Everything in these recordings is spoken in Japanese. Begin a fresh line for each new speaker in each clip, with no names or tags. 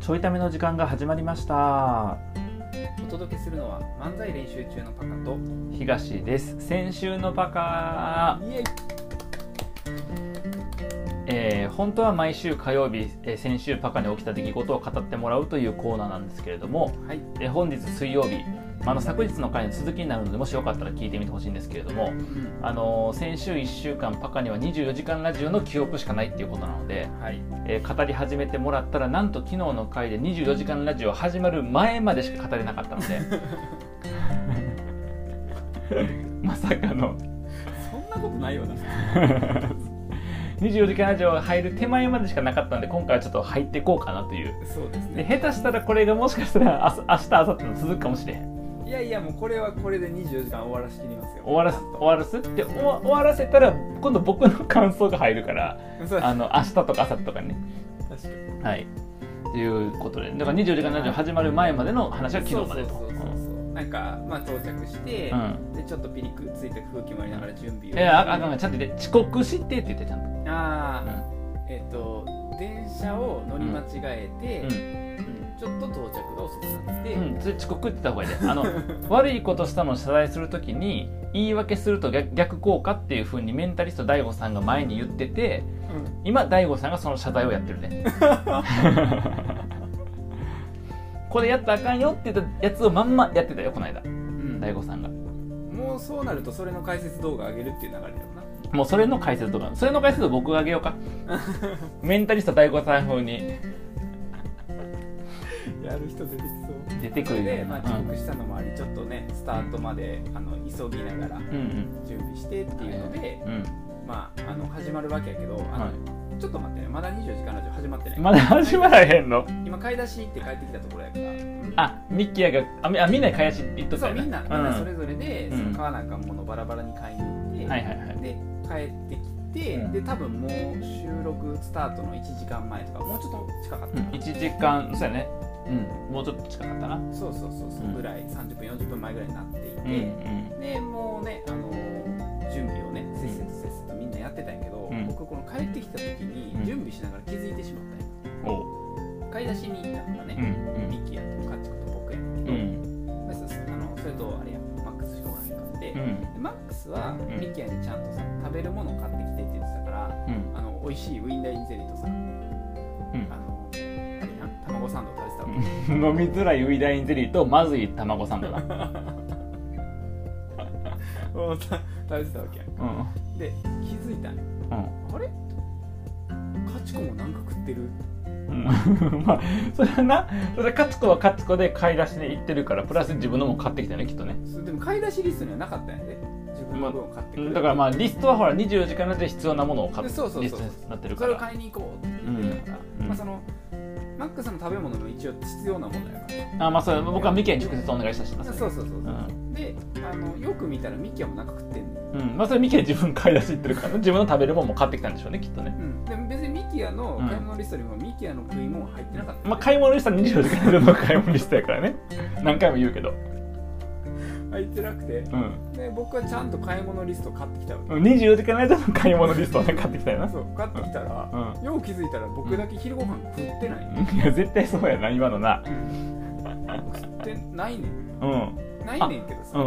ちょいための時間が始まりました
お届けするのは漫才練習中のパカと
東です先週のパカ、
イエイ
えー本当は毎週火曜日、えー先週パカに起きた出来事を語ってもらうというコーナーなんですけれども、
はい
えー本日水曜日、まあ、あの昨日の回の続きになるのでもしよかったら聞いてみてほしいんですけれども
うん
あのー先週1週間パカには24時間ラジオの記憶しかないっていうことなので、
はい
えー語り始めてもらったらなんと昨日の回で24時間ラジオ始まる前までしか語れなかったの でまさかの
そんなことないよな
24時間ラジオ入る手前までしかなかったので今回はちょっと入っていこうかなという
そうです
で
ね
下手したらこれがもしかしたら明日明後日の続くかもしれん
いやいやもうこれはこれで24時間終わらしきりますよ
終わらす終わらすって終わ終わらせたら今度僕の感想が入る から
そう
あの明日とか明後日とかね
確かに
はいということでだから24時間ラジオ始まる前までの話は昨日までと
そうそうそうそうなんかまあ到着して、
うん
でちょっとピリくついた空気もありながら準備を
いやああかんあかんちゃんと言って遅刻してって言ってちゃんと
あ
う
ーえっ、と電車を乗り間違えて、うんちょっと到着が遅くなって、
うん、うん、それ遅刻って言った方がいいであの 悪いことしたのを謝罪するときに言い訳すると逆逆効果っていうふうにメンタリスト DAIGO さんが前に言ってて
うん
今 DAIGO さんがその謝罪をやってる ねこれやったらあかんよって言ったやつをまんまやってたよこの間
うん、
DAIGO さんが
もうそうなるとそれの解説動画上げるっていう流れだよな
もうそれの解説とかそれの解説を僕があげよう かメンタリスト DAIGO さん風に
やる人出てきそう
出てくるよ
で、
う
まあ、
な
遅刻したのもありちょっとねスタートまであの急ぎながら
うんうん
準備してっていうので、
うん、
まあ、あの始まるわけやけどあの、
は
ちょっと待ってねまだ24時間ラジオ始まってない、
うん、まだ始まらへんの
今買い出し行って帰ってきたところやから、
あミッキーがあみあみんな買い足行っとった
そう
よね
みんな,、
う
み
ん
んなそれぞれで、
うん
その買わなあかんものバラバラに買いに行って、
はいはいはい
で帰ってきて、
うん
で多分もう収録スタートの1時間前とかもうちょっと近かったかな、
1時間そうやねうんもうちょっと近かったなうん
そうそうそうそう
うん
ぐらい30分40分前ぐらいになっていて、
うん
でもうね、あのー準備をねせっせとせっせとみんなやってたんやけど、
うん
僕この帰ってきた時
うん
に準備しながら気づいてしまったんよ
お
買い出しに行ったのが
うんう
ね、ミ
ん
キやとカッチコと僕やねん
う
けど、
ん
まあそうそうあのそれとあれやマックスしかおらへんかって、
う
で
ん
マックスは
ん
ミキヤにちゃんとさ食べるものを買ってきてって言ってたから
うん
あの美味しいウインダインゼリーとさ、あのあれやん卵サンドを食べてたわけ
うん飲みづらいウイダインゼリーとまずい卵サン ドだ、うん、
もうさ食べてたわけやんで気づいたんよあれカチコもなんか食ってる
うんうん、まあそれはなそれはカツコはカツコで買い出しに行ってるからプラス自分のも買ってきたよねきっとね
そうでも買い出しリストにはなかったんやで自分の分を買ってく
う
れる、
んだからまあリストはほら24時間で必要なものを買って
そうそうそう
リストになってる
そ
か
れを
ら
買いに行こうって言ってたから、
うん
まあ、そのマックスの食べ物も一応必要なものやから、
あまあそれ僕はミキに直接お願いしたしな
そうそうそうそう、
う
であのよく見たらミキヤもなんか食ってんねん、
うん、まあそれミキは自分買い出し行ってるから、ね、自分の食べるもんも買ってきたんでしょうねきっとね
うん、でも別にミキヤの
うん
買い物リストにもミキヤの食い物は入ってなか った、
まあ買い物したら24時間での買い物リストやからね何回も言うけど、
入ってなくて
うん、
で僕はちゃんと買い物リスト買ってきたわけ、
24時間の間の買い物リストをね買ってきたよな
そう買ってきたら、
う
よう気づいたら僕だけ昼ご飯食ってない、
んいや絶対そうやな今のな
食ってないねん
うん
ないねんけどさ
う、ん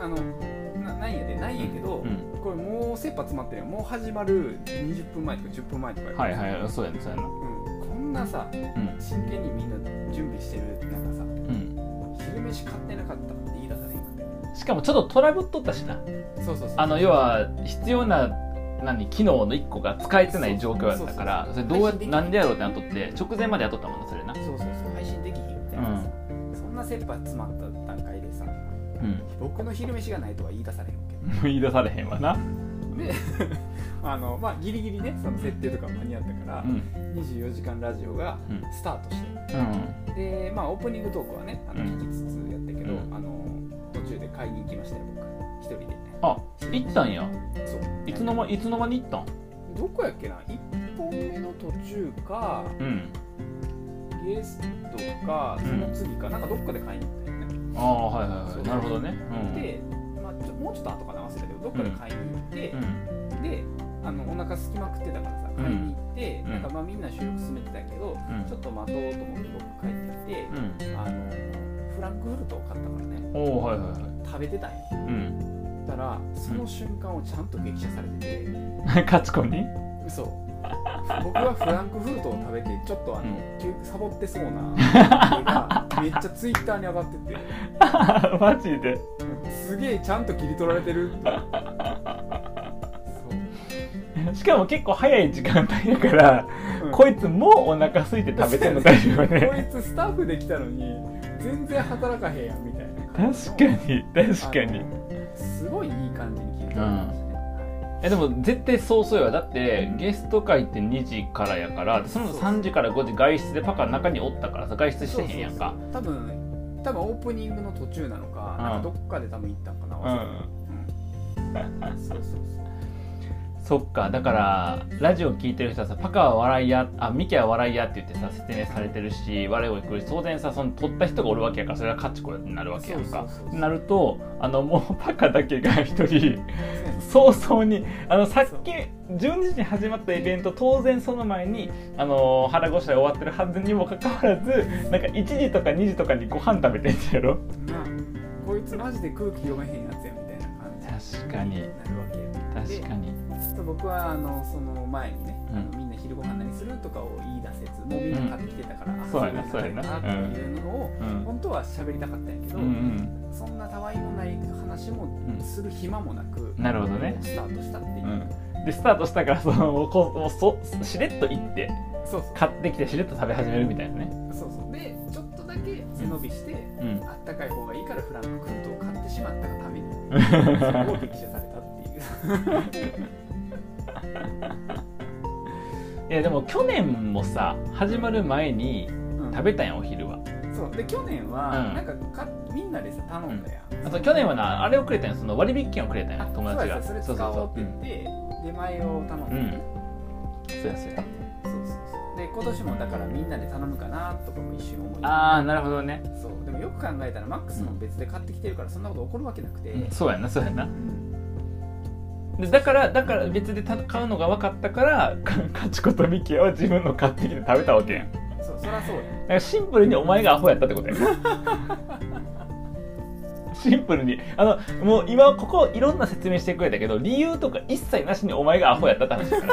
あのなないんやでないんやけど、
うん
これもう切羽詰まってるよもう始まる20分前とか10分前とかやから
はいはいそうやなそうやな
うん、こんなさ真剣にみんな準備してるなん
う
か
ん、うん、
さ昼飯買ってなかったって言い出されへんかっ
しかもちょっとトラブっとったしな
てそうそうそう
あの要は必要な何機能の1個が使えてない状況やったからそ
そうそうそ
れ
う
どうやってなんでやろうってなっとって直前までやっとったもんなそれな
そうそうそう配信できひんみたいなさ、そんな切羽詰まった段階でさ
うん
僕の昼飯がないとは言い出されへんわけ
言い出されへんわな
であのまあギリギリねその設定とか間に合ったから
う、ん
24時間ラジオが
うん
スタートして
うん
でまあオープニングトークはねあの
うん
聞きつつやったけど、
うん
あの途中で買いに行きましたよ僕一人で
あ行ったんや
そう
いつの間いつの間に行ったん
どこやっけな1本目の途中か
うん
ゲストか
うん
その次か、なんかどっかで買いに行ったよね、
ああはいはい
そ
は
う
いなるほどね
で、まあ、ちょもうちょっと後かな忘れたけどどっかで買いに行って
うん、う、ん
であのお腹空きまくってたからさ買いに行って、
うん
なんかまあみんな収録進めてたけど、
うん
ちょっと待とうと思って僕帰ってきて、
うん
あのフランクフルトを買ったからね
おおはいはいはい
食べてたんよ
うん
だからその瞬間をちゃんと激写されてて
カチコに
嘘僕はフランクフルトを食べてちょっとあの、
う
急サボってそうな絵がめっちゃツイッターに上がって て
マジで
すげえちゃんと切り取られてるそう
しかも結構早い時間帯だから、こいつもうお腹空いて食べてんの大丈夫
こ
ね
いつスタッフで来たのに全然働かへんやんみたいな感じの
確かに確かに
あのすごいいい感じに切り取られましたね、
えでも絶対そうそうよだってゲスト会って2時からやからその後3時から5時外出でパカ中におったからさ外出してへんやんか
そうそうそう多分多分オープニングの途中なのか,、
うん
なんかどっかで多分行ったんかな、
う
忘れ
ん
たうん、そうそうそう
そっかだからラジオ聞いてる人はさパカは笑いやあミキは笑いやって言ってさ説明されてるし我をくるし当然さその取った人がおるわけやからそれはカチコになるわけやんか
そうそうそうそう
なるとあのもうパカだけが一人
そうやね
早々にあのさっき12時に始まったイベント当然その前にあの腹ごしらえ終わってるはずにもかかわらずなんか1時とか2時とかにご飯食べてんじゃろ
なこいつマジで空気読めへんやつやみたいな感じ
確かに
になるわけ
確かに
でちょっと僕はあのその前にね、
うん
あのみんな昼ご飯何するとかを言い出せずもうみんな買ってきてたから、あ
そうやな
食べるか
そうやな
っていうのを、
うん
本当は喋りたかったんやけど、
うんうん
そんなたわいもない話も
ん
する暇もなく、
なるほどね
スタートしたっていう、
うんでスタートしたからそのもうこもうそしれっと行って
そうそう
買ってきてしれっと食べ始めるみたいなね
そうそうでちょっとだけ背伸びして、
うん
あったかい方がいいからフランクフルトを買ってしまったがた めにそこを激写されたっていう
いやでも去年もさ始まる前に
うん
食べたやんお昼は
そうで去年は、
うん
なんかかみんなでさ頼んだやん、
あと去年はなあれをくれたんよその割引券をくれたん
あ
よ友達が
そうやそうやそれ使おうって
う
言って出前を頼ん
う
で、
んそうやそうや
そうそうそうで今年もだからみんなで頼むかなとかも一瞬思い
ああなるほどね、
そうでもよく考えたらマックスも別で買ってきてるからそんなこと起こるわけなくて、
そうやなそうやなでだからだから別でた買うのが分かったからかカチコとミキヤは自分の買ってきて食べたわけやんだ
そうそりゃそうや
からシンプルにお前がアホやったって ことやなシンプルにあのもう今ここいろんな説明してくれたけど理由とか一切なしにお前がアホやったって話だか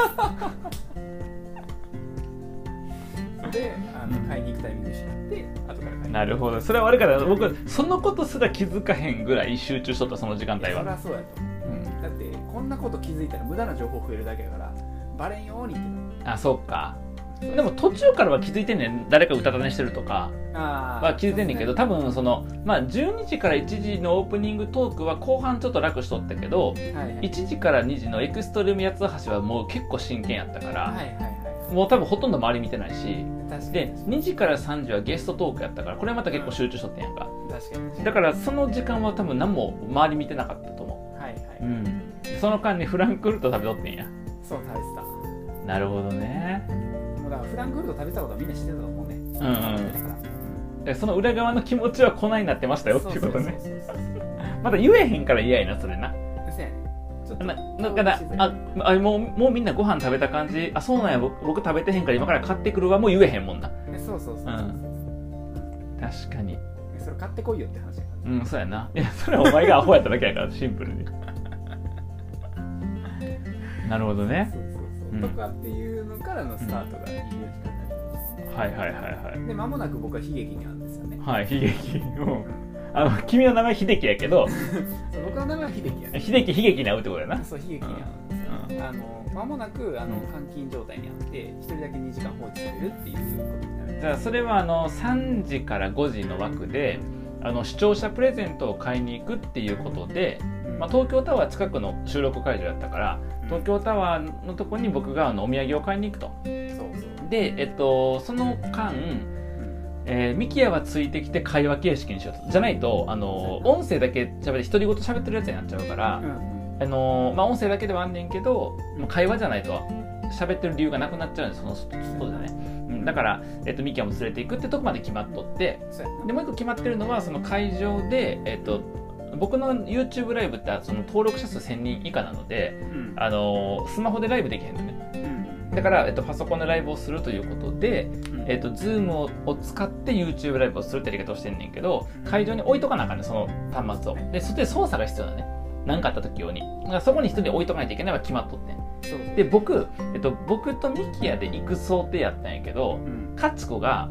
ら
であの買いに行くタイミングにしなって後から買い に
なるほどそれは悪かった僕そのことすら気づかへんぐらい集中しとったその時間
いや
帯
そり
は、
ゃそうやと思
うん、
うだってこんなこと気づいたら無駄な情報増えるだけやからバレんようにって
あそうかでも途中からは気づいてんねん誰か歌たねしてるとか
あー
は気づいてんねんけど
そう
多分そのまあ12時から1時のオープニングトークは後半ちょっと楽しとったけど
ですねはいはい
1時から2時のエクストリーム八つ橋はもう結構真剣やったから、
はいはいは
もう多分ほとんど周り見てないし
い確かに
で2時から3時はゲストトークやったからこれまた結構集中しとってんやんか
確かに
だからその時間は多分何も周り見てなかったと思、
はいはいう
うん、その間にフランクフルト食べとってんや
そう食べてたも
なるほどね
うだからフランクフルト食べてたことはみんな知ってたと思うねうん
うんでその裏側の気持ちは来ないなってましたよっていうことね
そうそうそうそう
まだ言えへんから嫌やなそれな
そうやねちょっと
なだからああもうもうみんなご飯食べた感じあそうなんや僕僕食べてへんから今から買ってくるわもう言えへんもんな
そうそうそうそう
う
そう
確かに
それ買ってこいよって話やから
うんそうやないやそれはお前がアホやっただけやからシンプルに なるほどね
そうそうそう、
うん
とかっていうのからのスタートがいいようになったり
はいはいはい
で間もなく僕は悲劇に遭うんですよね、
はいはい悲劇うんあの君の名前秀樹やけど
そう僕の名前は秀樹やね
秀樹悲劇に合うってことやな
そう悲劇に遭うんですよ、あの間もなくあの監禁状態にあって一人だけ2時間放置されるっていうことになる
じゃあそれはあの3時から5時の枠であの視聴者プレゼントを買いに行くっていうことで、まあ、東京タワー近くの収録会場だったから東京タワーのとこに僕があのお土産を買いに行くと
京そうそう、
で、えっと、その間、えーミキヤはついてきて会話形式にしようとじゃないとあの音声だけ喋って独り言喋ってるやつになっちゃうから、
うん
あのまあ、音声だけではあんねんけどまあ会話じゃないと喋ってる理由がなくなっちゃうんですそのそそうだね、うん、だから、えっと、ミキヤも連れていくってとこまで決まっとって
そうやな
でもう一個決まってるのはその会場で、えっと、僕の YouTube ライブってその登録者数1000人以下なので、
うん
あのスマホでライブできへんのね
うん
だから、えっと、パソコンでライブをするということで、
うん
えっと、Zoom をを使って YouTube ライブをするってやり方をしてんねんけど会場に置いとかなあかんねんその端末をでそっちで操作が必要だね何かあった時用にだからそこに一人で置いとかないといけないのは決まっとってん
そう
で僕、えっと、僕とミキヤで行く想定やったんやけど
うん
カツコが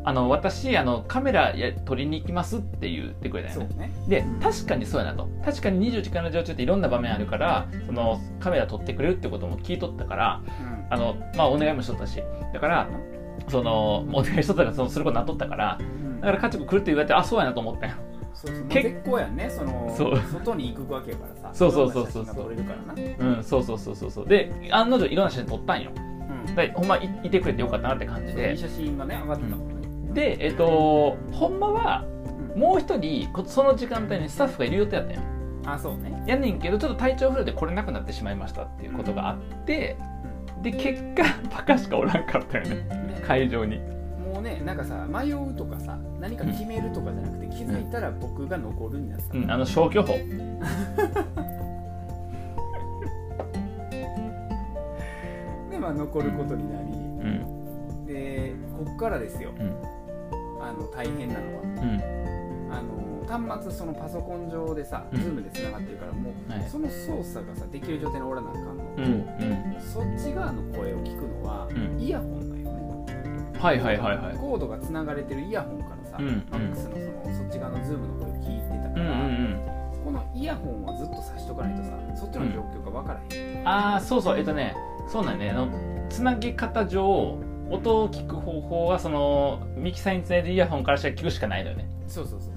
「あの私あのカメラや撮りに行きます」って言ってくれたん
そ
よ
う
ね
ね
で
うん
確かにそうやなと確かに24時間の常駐っていろんな場面あるからそのカメラ撮ってくれるってことも聞いとったから
うん
あの、まあ、お願いもしとったしだからそのお願いしとったからそのすることになっとったから
うん
だからカチコ来るって言われてあそうやなと思ったんよ
そうそう
け
結構やんねその
そう
外に行くわけやからさ
そうそうそうそう
いろんな写真が撮れるからな
うんそうそうそうそうそうで案の定いろんな写真撮ったんよ
うん
でほんまいいてくれてよかったなって感じ
そうい
で
い写真がね上がってたもんね
でえっとほんまは
うん
もう一人こその時間帯にスタッフがいる予定やったんよ
あそうね
やねんけどちょっと体調不良で来れなくなってしまいましたっていうことがあって、で結果バカしかおらんかったよね会場に
もうねなんかさ迷うとかさ何か決めるとかじゃなくて気づいたら僕が残るんやつ
うんあの消去法
でまあ残ることにな
う
り
ん
でこっからですよ
うん
あの大変なのは
うん
あの端末そのパソコン上でさ
うん
Zoom でつながってるからもう
はい
その操作がさできる状態におらなあかんの
う
と、
んうん
そっち側の声を聞くのは
うん
イヤホンなんよね
はいはいはいはい
コードがつながれてるイヤホンからさ、
うんうん
MAX のそのそっち側の Zoom の声を聞いてた
う
か
んう
ら、
ん
このイヤホンはずっとさしとかないとさそっちの状況が分からへん、
うんああそうそうえっとねそうなんねあのつなぎ方上音を聞く方法はそのミキサーにつないでイヤホンからしたら聞くしかないのよね
そうそうそう
う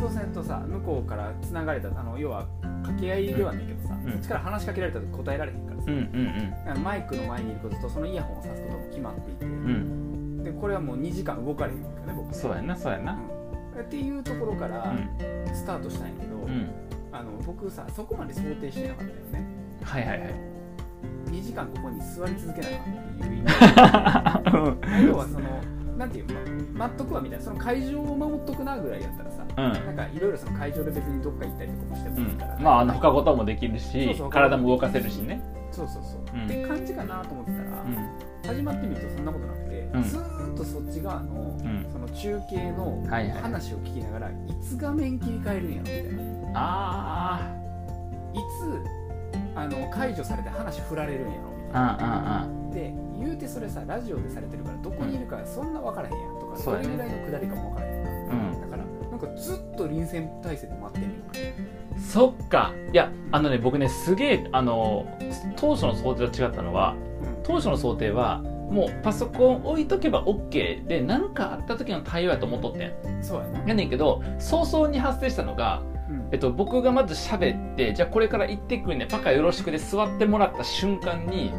そう、そうせんとさ向こうからつながれたあの要は掛け合いではないけどさ、
うん
そっちから話しかけられたら答えられへんからさ、
うんうん
だからマイクの前にいることとそのイヤホンをさすことも決まっていて、
うんうん
でこれはもう2時間動かれへんわけよね僕
そうやなそうやな
うんっていうところか
う
ら
ん
スタートしたんやけど、
うん
あの僕さそこまで想定してなかったよね
はいはいはい
2時間ここに座り続けなあかんっていう 意味
うん
要はそのなんていうの待っとくわみたいなその会場を守っとくなぐらいやったらさ
うん
なんかいろいろその会場で別にどっか行ったりとかもしてもいいから、
まああの他こともできるし
そうそう
体も動かせるしね
そうそうそ
う
う、
ん
って感じかなと思ってたら、
う
始まってみるとそんなことなくて、
ん
ずーっとそっち側の、
ん
その中継の
はいはい
話を聞きながら、い、つ画面切り替えるんやろみたいない
あ
つあの解除されて話振られるんやろみたい
あ
な。
あうんうんうん
で言うてそれさラジオでされてるからどこにいるかそんな分からへんやんとか、
そ
ど
うや
れ
ね
ぐらいのくだりかも分からへんから、
うん
だからなんかずっと臨戦態勢で待ってんねん
そっかいやあのね僕ねすげえあの当初の想定と違ったのは当初の想定はもうパソコン置いとけば OK で何かあった時の対応やと思っとってん
そうやな、
やねんけど早々に発生したのが、えっと、僕がまず喋ってじゃあこれから行ってくるねパカよろしくで座ってもらった瞬間に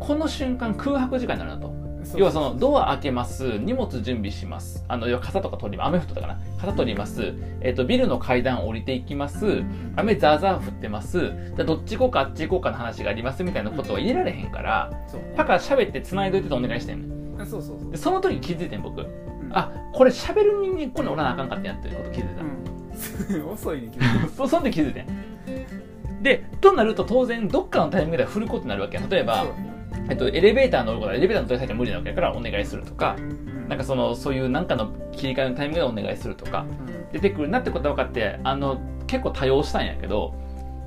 この瞬間空白時間になるなと要はそのドア開けます荷物準備しますあの要は傘とか取ります雨降っとったかな傘取ります、えっとビルの階段降りていきます雨ザーザー降ってますじゃあどっち行こうかあっち行こうかの話がありますみたいなことは入れられへんから
そうね
パカ喋って繋いどいてとお願いしてんねん
あそうそうそう
でその時気づいてん僕
うん
あこれ喋る人間ここにおらなあかんかったやんっていうこと気づいた、
うん 遅いね 君は
そそんで気づいてんでとなると当然どっかのタイミングでは振ることになるわけや例えば
そう、やな
えっと、エレベーター乗ることはエレベーターの取り先は無理なわけやからお願いするとか
うん
なんかそのそういうなんかの切り替えのタイミングでお願いするとか
うん
出てくるなってことは分かってあの結構多用したんやけど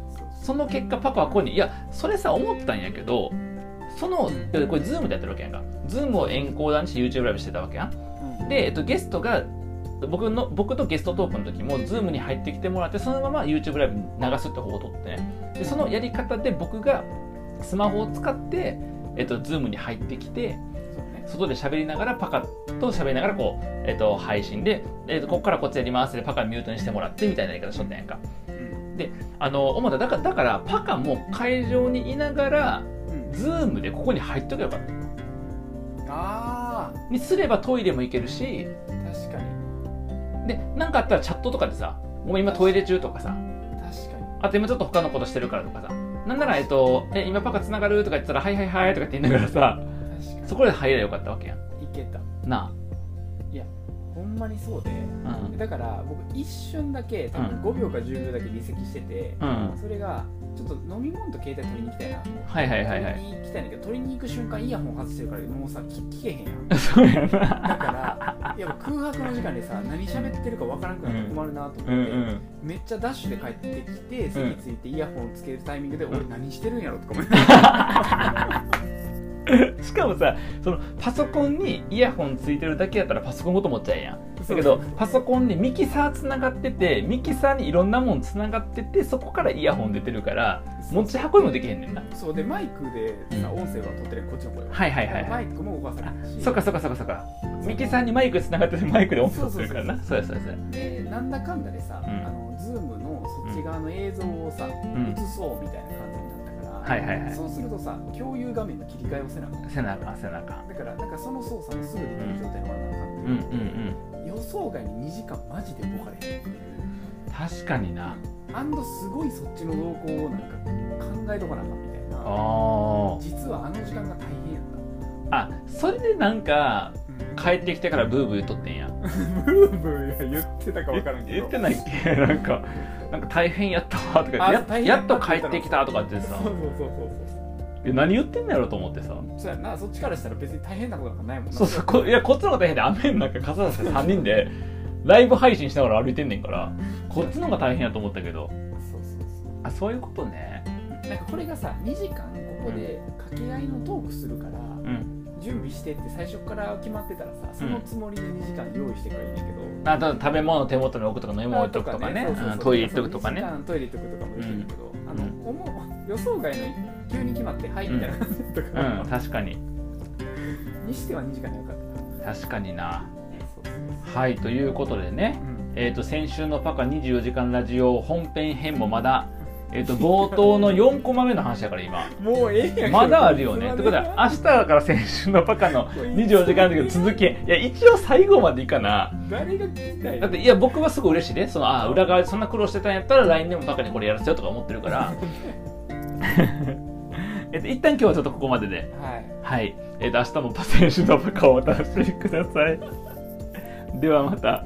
そう
その結果パパはここにいやそれさ思ったんやけどそのこれ Zoom でやってるわけやんか Zoom をエンコーダーにして YouTube ライブしてたわけやん
うん
で、えっと、ゲストが僕の僕とゲストトークの時も Zoom に入ってきてもらってそのまま YouTube ライブに流すって方法をとってねでそのやり方で僕がスマホを使って、えっと、Zoom に入ってきて
そうね
外で喋りながらパカと喋りながらこう、えっと配信で、えっとここからこっちやりますでパカミュートにしてもらってみたいなやり方しとったんやんか
うん
あの思っただからだからパカも会場にいながら
うん
ズームでここに入っとけばよかった
ああ
にすればトイレも行けるし
確かに
で何かあったらチャットとかでさ「ごめん今トイレ中」とかさ
確か
「あと今ちょっと他のことしてるから」とかさなんなら、えっと、え、今パカ繋がるとか言ってたら、はいはいはいとかって言いながらさ、
に確か
そこで入ればよかったわけやん。
にいけた
なあ。
ほんまにそうで
うん
だから僕一瞬だけ多分5秒か10秒だけ離席してて、
うん
それがちょっと飲み物と携帯取りに行きたいなと思って
はいはいはいは
取
い
りに行きたいんだけど取りに行く瞬間イヤホン外してるからもうさ聞聞けへんや ん
そうやな
だ からいや空白の時間でさ何喋ってるかわからなくなって困るなと思って、
うんうん
めっちゃダッシュで帰ってきて席ついてイヤホンつけるタイミングで、
うん
俺何してるんやろとか 思って
しかもさそのパソコンにイヤホンついてるだけやったらパソコンごと持っちゃえやんだけどパソコンにミキサーつながっててミキサーにいろんなもんつながっててそこからイヤホン出てるから持ち運びもできへんねんな
そうでマイクでさ音声は取ってるこっちの声は
はいはいはいは
マ
い
イクも動かさないし
そっかそっかそっかそっかミキサーにマイクつながっててマイクで音楽するからなそうやそうやそうや
でなんだかんだでさ、
うん
あのズームのそっち側の映像をさ、
ん
映そうみたいな感じになったか
は
ら、
いはいはい
そうするとさ共有画面の切り替えをせなあかん
せなあかんせなあかん
だからなんかその操作もすぐできる状態にならなあかんって
うんうんん
いうう、予想外に2時間マジで動かれへんっていう
確かにな
アンドすごいそっちの動向をなんか考えとかなあかんみたいな
あ
実はあの時間が大変やった
ーあそれでなんか帰ってきてからブーブー言っとってんや
ブーブ ー言ってたか分からんけど
言ってないっけ なんかなんか大変やったわとか
あ
や
大変
やっと帰ってきたとかって
そう
さ
そうそうそう
いや何言ってんのやろと思ってさ
そうやんなそっちからしたら別に大変なことなんかないもんな
そうそうこいやこっちの方が大変で雨の中傘さして3人でライブ配信しながら歩いてんねんからこっちの方が大変やと思ったけど
そうそうそう
あそういうことね
なんかこれがさ2時間ここで掛け合いのトークするから、
うん
準備してって最初から決まってたらさそのつもりで2時間用意してくれいいんだけど、
あと食べ物手元に置くとか飲み物置いとくとかね
そうそうそう
うんトイレ行っとくとかね
2時間トイレ行っとくとかもできるけど、あの
うん
思う予想外の急に決まって「はい」みたいな感じと
う
か、
ん確かに
にしては2時間でよかったな
確かにな
そうそう
はいということでね
そううん
えー、と先週の「パカ24時間ラジオ」本編編もまだ、えー、と冒頭の4コマ目の話だから今
もうええやん
まだあるよね。という
つ
こ
ま
と
で
は明日から先週の「パカの24時間ラジオ」続きいや一応最後までいいかな
誰が聞きたい
だっていや僕はすごい嬉しいでそのあー裏側でそんな苦労してたんやったら LINE でもバカにこれやらせようとか思ってるから えっと一旦今日はちょっとここまでで
はい
はい、えっと明日もパ選手のバカをお楽しみください ではまた。